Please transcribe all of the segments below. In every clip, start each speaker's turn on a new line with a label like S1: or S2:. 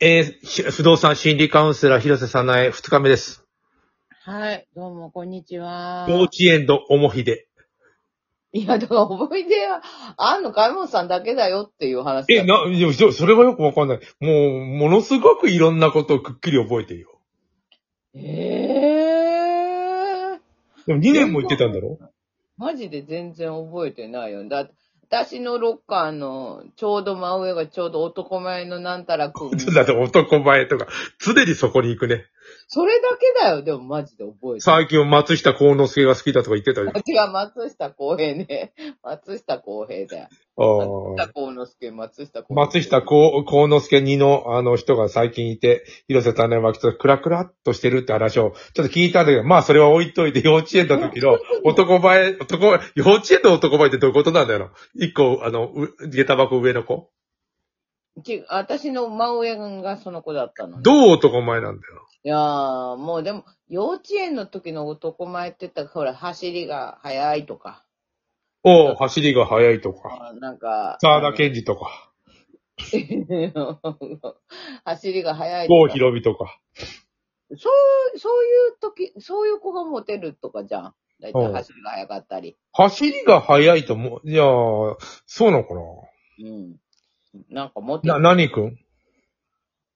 S1: えーし不動産心理カウンセラー広瀬さなえ二日目です。
S2: はい、どうも、こんにちは。
S1: ゴーチエンド、おもひで。
S2: いや、だから思い出は、あんの、海本さんだけだよっていう話だ
S1: え、な、いやそそれはよくわかんない。もう、ものすごくいろんなことをくっきり覚えてるよ。
S2: えー、
S1: でも2年も行ってたんだろ
S2: マジで全然覚えてないよ。だって、私のロッカーの、ちょうど真上がちょうど男前のなんたらくん。
S1: だって男前とか、常にそこに行くね。
S2: それだけだよ、でもマジで覚えてない。
S1: 最近は松下幸之助が好きだとか言ってたじゃん。あ
S2: 違う、松下洸平ね。松下洸平だよ。松
S1: あ
S2: 下幸之助、松下幸之
S1: 松
S2: 助
S1: 下幸幸之助2の、あの人が最近いて、広瀬さなえはちょっとクラクラっとしてるって話を、ちょっと聞いたんだけど、まあそれは置いといて、幼稚園の時の、男前、男前、幼稚園の男前ってどういうことなんだよな。一個、あの、う下駄箱上の子。
S2: 違う私の真上がその子だったのね、
S1: どう男前なんだよ。
S2: いやー、もうでも、幼稚園の時の男前って言ったら、ほら、走りが速いとか、
S1: おう、走りが速いとか、
S2: あーなんか、
S1: 沢田健二とか、
S2: 走りが速いと
S1: 郷
S2: か
S1: ひ、ろみとか。
S2: そう、そういう時、そういう子がモテるとかじゃん。だいた
S1: うん
S2: い走りが速かったり。
S1: 走りが速いとも、いやー、そうなのか
S2: うん。なんかモテ
S1: な。な、
S2: る。
S1: 何くん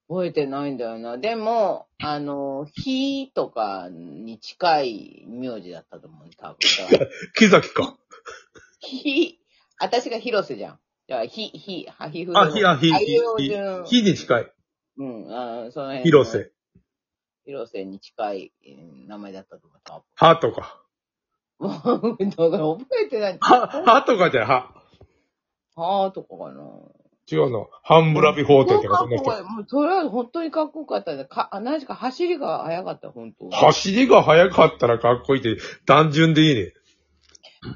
S2: 覚えてないんだよな。でも、あの、ひとかに近い名字だったと思う、多分。
S1: 木崎か。
S2: ひ、私が広瀬じゃん。じゃあ、ひ、ひ、はひふ
S1: あ、ひ、あ、ひ、
S2: あ
S1: ひ
S2: いう順、
S1: ひに近い。
S2: うん、あーその辺の
S1: 広瀬。。
S2: 広瀬に近いうん名前だったと思った。
S1: 歯とか。
S2: もう、だから覚えてない。
S1: 歯、歯とかじゃない、歯。
S2: はーとかかな。
S1: 違うの。ハンブラビ法廷とか、その人。
S2: いい。もう、それは本当にかっこよかったね。か、あ何しか走りが速かった、本当。
S1: 走りが速かったらかっこいいって、単純でいいね。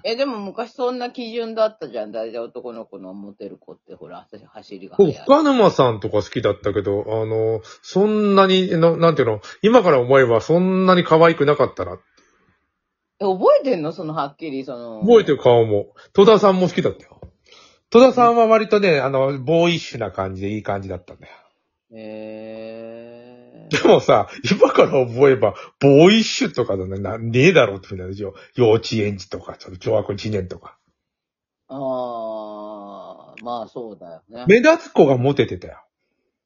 S2: え、でも昔そんな基準だったじゃん。大体男の子のモテる子って、ほら、私走りが速い。
S1: 深沼さんとか好きだったけど、あの、そんなに、ななんていうの、今から思えばそんなに可愛くなかったな。
S2: え、覚えてんのその、はっきり、その。
S1: 覚えてる顔も。戸田さんも好きだったよ。戸田さんは割とね、あの、ボーイッシュな感じでいい感じだったんだよ。
S2: えー
S1: でもさ、今から覚えば、ボーイッシュとかだね、なねえだろうってふうになるでしょ。幼稚園児とか、その小学校1年とか。
S2: あー、まあそうだよね。
S1: 目立つ子がモテてたよ。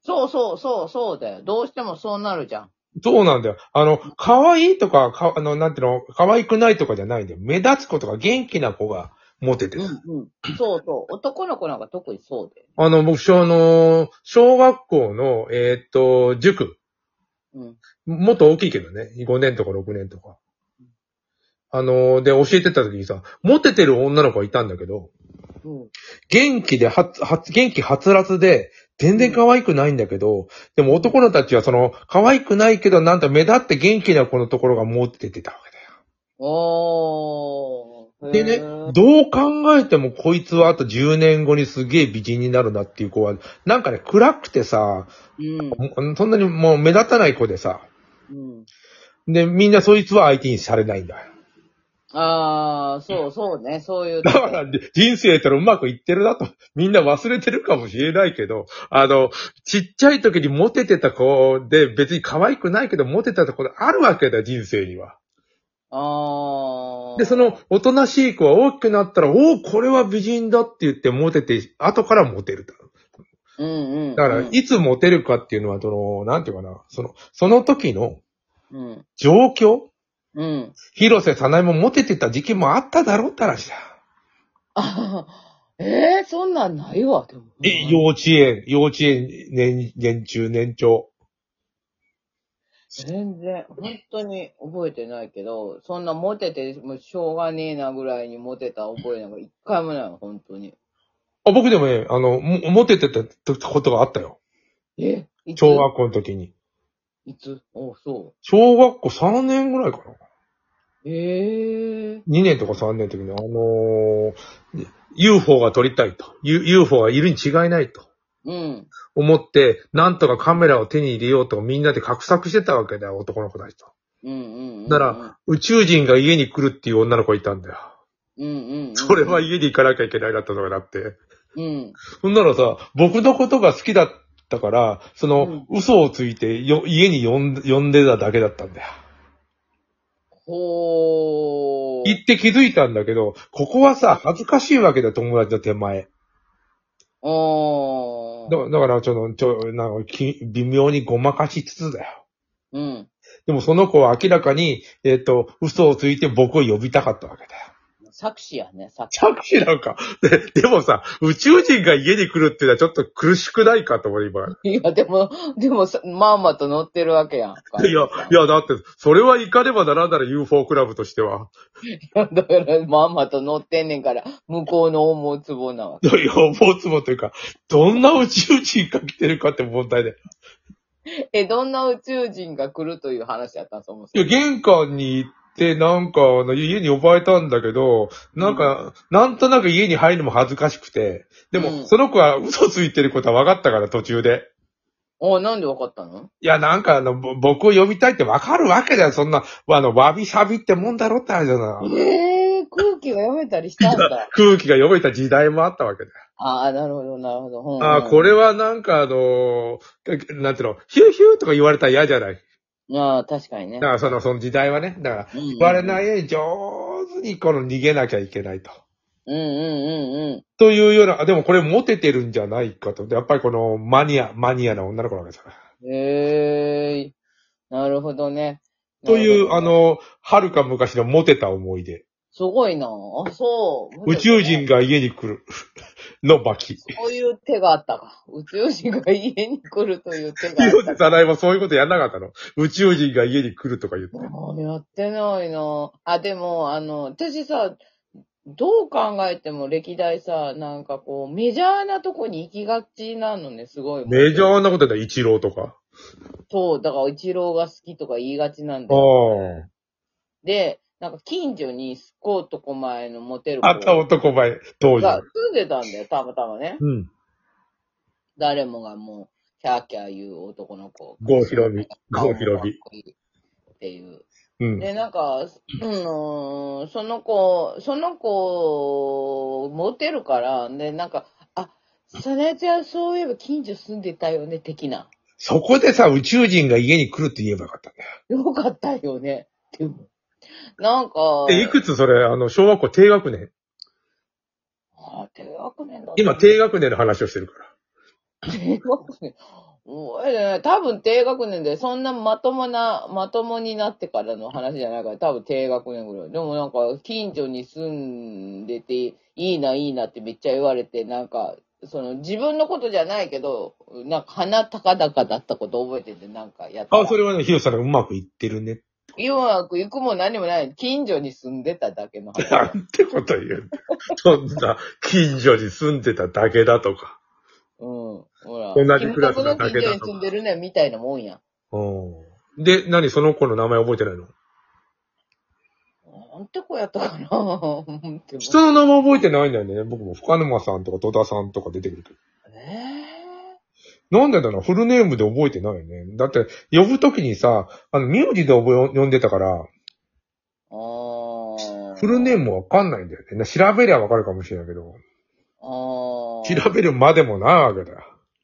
S2: そうそうそう、そうだよ。どうしてもそうなるじゃん。
S1: そうなんだよ。あの、可愛いとか、か、あの、なんていうの、可愛くないとかじゃないんだよ。目立つ子とか元気な子がモテて
S2: う
S1: た。
S2: んうん。そうそう。男の子なんか特にそうだよ。
S1: あの、僕、あの、小学校の、えーっと、塾。
S2: うん。
S1: もっと大きいけどね。5年とか6年とか。あの、で、教えてた時にさ、モテてる女の子がいたんだけど、
S2: うん。
S1: 元気で、はつ、はつ、元気はつらつで、全然可愛くないんだけど、でも男の子たちはその、可愛くないけど、なんと目立って元気な子のところがモテてたわけだよ。
S2: おー。
S1: で
S2: へ
S1: ね
S2: ー、
S1: どう考えてもこいつはあと10年後にすげえ美人になるなっていう子は、なんかね、暗くてさ、
S2: うん。
S1: もそんなにもう目立たない子でさ、
S2: うん。
S1: で、みんなそいつは相手にされないんだよ。
S2: あー、そうそうね。そういう。
S1: だから、で人生ってのはうまくいってるなと、みんな忘れてるかもしれないけど、あの、ちっちゃい時にモテてた子で、別に可愛くないけど、モテたところあるわけだよ、人生には。
S2: あー。
S1: で、その、、おとなしい子は大きくなったら、おお、これは美人だって言ってモテて、後からモテると。
S2: うんうん、うん。
S1: だから、いつモテるかっていうのは、その、なんていうかな、その、その時の
S2: うん。
S1: 状況
S2: うん。
S1: 広瀬さなえもモテてた時期もあっただろうったらしだ。
S2: あーえー、そんなんないわ、でも。
S1: え、幼稚園、幼稚園、年、年中、年長。
S2: 全然、本当に覚えてないけど、そんなモテて、もうしょうがねえなぐらいにモテた覚えなんか一回もないの、本当に。
S1: あ、僕でもね、あの、もモテてたことがあったよ。
S2: えいつ
S1: 小学校の時に。
S2: いつお、そ
S1: 小学校3年ぐらいかな。
S2: う。ええ
S1: 2年とか3年の時に、あのー UFO が撮りたいと。U- UFO がいるに違いないと。
S2: うん。
S1: 思って、なんとかカメラを手に入れようとみんなで画策してたわけだよ、男の子たちと。
S2: うんうん、うん。
S1: だから、宇宙人が家に来るっていう女の子がいたんだよ。
S2: うんうん、うん。
S1: それは、家に行かなきゃいけないだったとかなって。
S2: うん。
S1: そんなのさ、僕のことが好きだだから、その、嘘をついてよ、家に呼ん呼んでただけだったんだよ。
S2: ほー。
S1: 行って気づいたんだけど、ここはさ、恥ずかしいわけだ、友達の手前。
S2: お
S1: だ
S2: ー。
S1: からだから、ちょっと、ちょ、なんかき、微妙にごまかしつつだよ。
S2: うん。
S1: でもその子は明らかに、えっ、と、嘘をついて僕を呼びたかったわけだよ。
S2: 作詞やね、作詞。
S1: タクシーなんか。で、でもさ、宇宙人が家に来るっていうのはちょっと苦しくないかと思う、今。
S2: いや、でも、でもさ、まんまと乗ってるわけやんか。
S1: いや、いや、だって、それは行かねばならんなら UFO クラブとしては。
S2: だから、まんまと乗ってんねんから、向こうの思うツボなわけ。
S1: いや、思うつもというか、どんな宇宙人が来てるかって問題で。
S2: え、どんな宇宙人が来るという話やったんそもそ
S1: いや、
S2: も。
S1: 玄関に行って、なんか、あの家に呼ばれたんだけど、なんか、なんとなく家に入るのも恥ずかしくて、でも、
S2: うん
S1: その子は嘘ついてることは分かったから、途中で。
S2: おなんでわかったの
S1: いや、なんか、あの、ぼ僕を呼びたいってわかるわけだよ、そんな、あの、わびさびってもんだろってあれじゃない。
S2: えー、空気が読めたりしたんだ。
S1: 空気が読めた時代もあったわけだよ。
S2: ああ、なるほど、なるほど。うんうん
S1: ああ、これはなんかあのーなんていうの、ヒューヒューとか言われたら嫌じゃない。
S2: ああ、確かにね
S1: だか。らその、その時代はね。だから、
S2: 言。
S1: 言われないいように上手にこの逃げなきゃいけないと。
S2: うんうんうん
S1: というような、あでもこれモテてるんじゃないかと。でやっぱりこのマニア、マニアな女の子なわけですから。
S2: うん。へえー、なるほどね。
S1: という、
S2: な
S1: あ
S2: るほど、
S1: の、遥か昔のモテた思い出。
S2: すごいな。あ、そう。
S1: 宇宙人が家に来る。のバキ。
S2: そういう手があったか。宇宙人が家に来るという手 があ
S1: 広
S2: っ
S1: 瀬
S2: た
S1: さないはそういうことやんなかったの宇宙人が家に来るとか言って。
S2: か。やってないな。あ、でも、あの、私さ、どう考えても歴代さ、なんかこう、メジャーなとこに行きがちなのね、すごい。
S1: メジ
S2: ー
S1: ャーなことだ、一郎とか。
S2: そう、だから、一郎が好きとか言いがちなん
S1: あ
S2: だよ。
S1: あ。
S2: で、なんか近所にすっごい男前のモテる子
S1: あった男前、当時。
S2: が住んでたんだよ、たまたまね。
S1: うん。
S2: 誰もがもう、キャーキャー言う男の子。
S1: 郷ひろみ
S2: 顔も
S1: 郷ひろみ
S2: かっこいいっていう。
S1: うん。
S2: で、なんか、あのーその子、その子、モテるから、で、なんか、あ、そのやつはそういえば近所住んでたよね、的な。
S1: そこでさ、宇宙人が家に来るって言えばよかったね。
S2: よかったよね、っていうなんか、
S1: え、いくつそれ、あの、小学校低学年。
S2: あ低学年だった
S1: 今、低学年の話をしてるから。
S2: 低学年。覚えてない多分低学年で、そんなまともな、まともになってからの話じゃないから、多分低学年ぐらい。でもなんか、近所に住んでて、いいな、いいなってめっちゃ言われて、なんか、その自分のことじゃないけど、なんか鼻高々だったこと覚えてて、なんかやったら。
S1: あ、それはね、ヒロさんがうまくいってるね。
S2: うまく行くも何もない。近所に住んでただけの
S1: な
S2: 話。
S1: んてこと言う。そんな、近所に住んでただけだとか。
S2: うん。ほら。
S1: 同じクラスなだ
S2: の
S1: けだと
S2: 近所に住んでるね、みたいなもんや。
S1: うん。で、何その子の名前覚えてないの
S2: なんて子やったかな 本当に
S1: 人の名前覚えてないんだよね。僕も深沼さんとか戸田さんとか出てくるけ
S2: え
S1: ど。なんでだろうフルネームで覚えてないよね。だって、呼ぶときにさ、あの、名字で覚え、呼んでたから、
S2: ー、ああ。
S1: フルネームわかんないんだよね。な調べりゃわかるかもしれないけど、
S2: あ
S1: 調
S2: あ。
S1: べるまでもないわけだよ。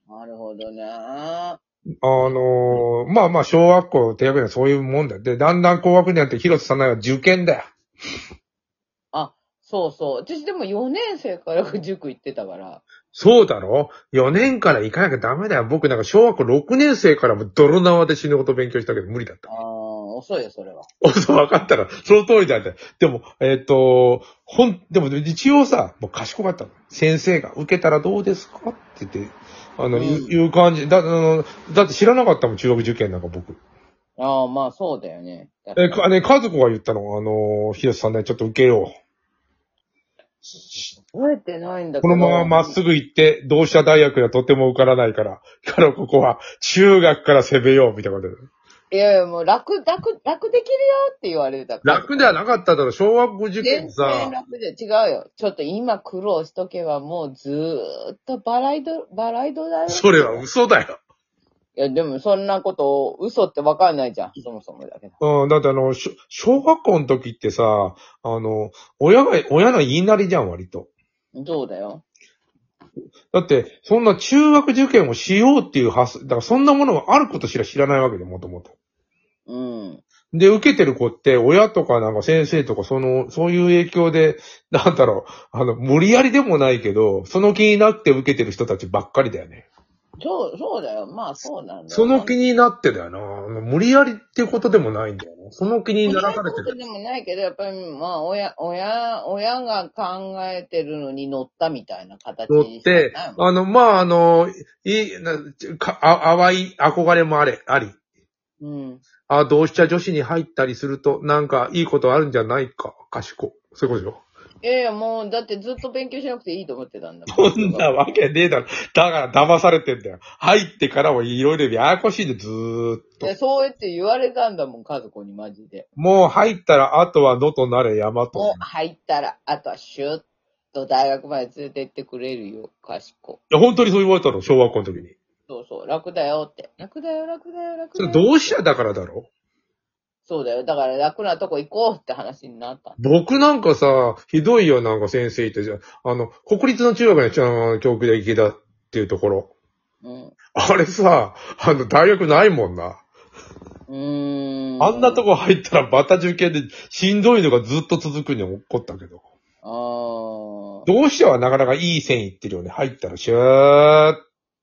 S2: なるほどね。あ
S1: あのー、まあまあ、小学校、低学年はそういうもんだよ。で、だんだん高学年になって広瀬さないは受験だよ。
S2: そうそう。私でも4年生から塾行ってたから。
S1: そうだろ ?4 年から行かなきゃダメだよ。僕なんか小学校6年生からも泥縄で死ぬほど勉強したけど無理だった。
S2: ああ、遅いよ、それは。
S1: そう、分かったら、その通りだって。でも、えっ、と、ほん、でも一応さ、もう賢かったの。先生が受けたらどうですかって言って、あの、
S2: うん
S1: いういう感じ。だ、あの、だって知らなかったもん、中学受験なんか僕。
S2: ああ、まあそうだよね。だから
S1: え、か、ね、和子が言ったの、あの、広瀬さんね、ちょっと受けよう。
S2: 覚えてないんだけ
S1: こ
S2: ど。
S1: のまままっすぐ行って、同志社大学にはとても受からないから、からここは中学から攻めよう、みたいなことで。
S2: いやいや、もう楽、楽、楽できるよって言われたから。
S1: 楽ではなかっただろ、小学校受
S2: 全
S1: 験さ
S2: 然。楽じゃ違うよ。ちょっと今苦労しとけばもうずーっとバライド、バライドだよ。
S1: それは嘘だよ。
S2: いや、でもそんなこと、嘘ってわかんないじゃん。そもそもだけど。
S1: うん、だってあの、しょ小学校の時ってさ、あの、親が、親の言いなりじゃん、割と。
S2: そうだよ。
S1: だって、そんな中学受験をしようっていう発想、だからそんなものがあることしら知らないわけで、もともと。
S2: うん。
S1: で、受けてる子って、親とかなんか先生とか、その、そういう影響で、なんだろう、あの、無理やりでもないけど、その気になって受けてる人たちばっかりだよね。
S2: そう、そうだよ。まあ、そうなんだよ。
S1: その気になってだよな。あの無理やりっていうことでもないんだよな。その気にならされて
S2: そう
S1: る。
S2: でもないけど、やっぱり、まあ、親、親、親が考えてるのに乗ったみたいな形
S1: 乗っ
S2: にしか
S1: て
S2: ない、もん
S1: あの、まあ、あの、いい、なか、あ、淡い憧れもあれ、あり。
S2: うん。
S1: あ、同志社女子に入ったりすると、なんか、いいことあるんじゃないか、賢。そういうことよ。
S2: いやいや、もう、だってずっと勉強しなくていいと思ってたんだもん。
S1: そんなわけねえだろ。だから騙されてんだよ。入ってからもいろいろややこしいんで、ずーっ
S2: い
S1: と。
S2: やそうやって言われたんだもん、家族にマジで。
S1: もう入ったら、あとは野となれ山
S2: も
S1: と
S2: う。入ったら、あとはシュッと大学まで連れてってくれるよ、賢
S1: い
S2: い。
S1: や、本当にそう言われたの、小学校の時に。
S2: そうそう、楽だよって。楽だよ、楽だよ、楽
S1: そ
S2: だ
S1: れ
S2: よ。
S1: 同志社だからだろ
S2: そうだよ。だから楽なとこ行こうって話になった。
S1: 僕なんかさ、ひどいよ、なんか先生って、じゃあ、あの、国立の中学のちょ教育で池田っていうところ。
S2: うん。
S1: あれさ、あの、大学ないもんな。
S2: うーん。
S1: あんなとこ入ったらまた受験でしんどいのがずっと続くに起こったけど。
S2: こ。あ
S1: どうしてはなかなかいい線いってるよね。入ったらシューッ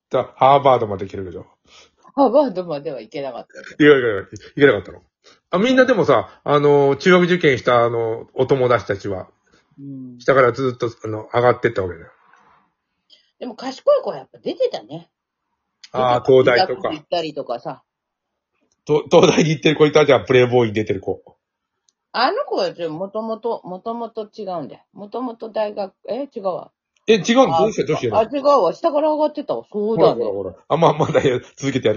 S1: とハーバードまで行けるけど。
S2: あ。ハーバードまでは行けなかった。
S1: いやいやいや、行けなかったの。あみんなでもさ、あの、中学受験したあの、お友達たちは、
S2: うん。
S1: 下からずっと、あの、上がってったわけだよ。
S2: でも賢い子はやっぱ出てたね。
S1: ああ、東大と
S2: 大学行
S1: か
S2: っ。たりとかさ。
S1: と東大に行ってる子いたじゃん、プレイボーイに出てる子。
S2: あの子はちょもともと、もともと違うんだよ。もともと大学、え、違うわ。
S1: え、違うのどうしたどうした
S2: あ、違うわ。下から上がってたわ。そうだ
S1: ほ
S2: ね。
S1: らほらほら。あ、まあ、まだや続けてやる。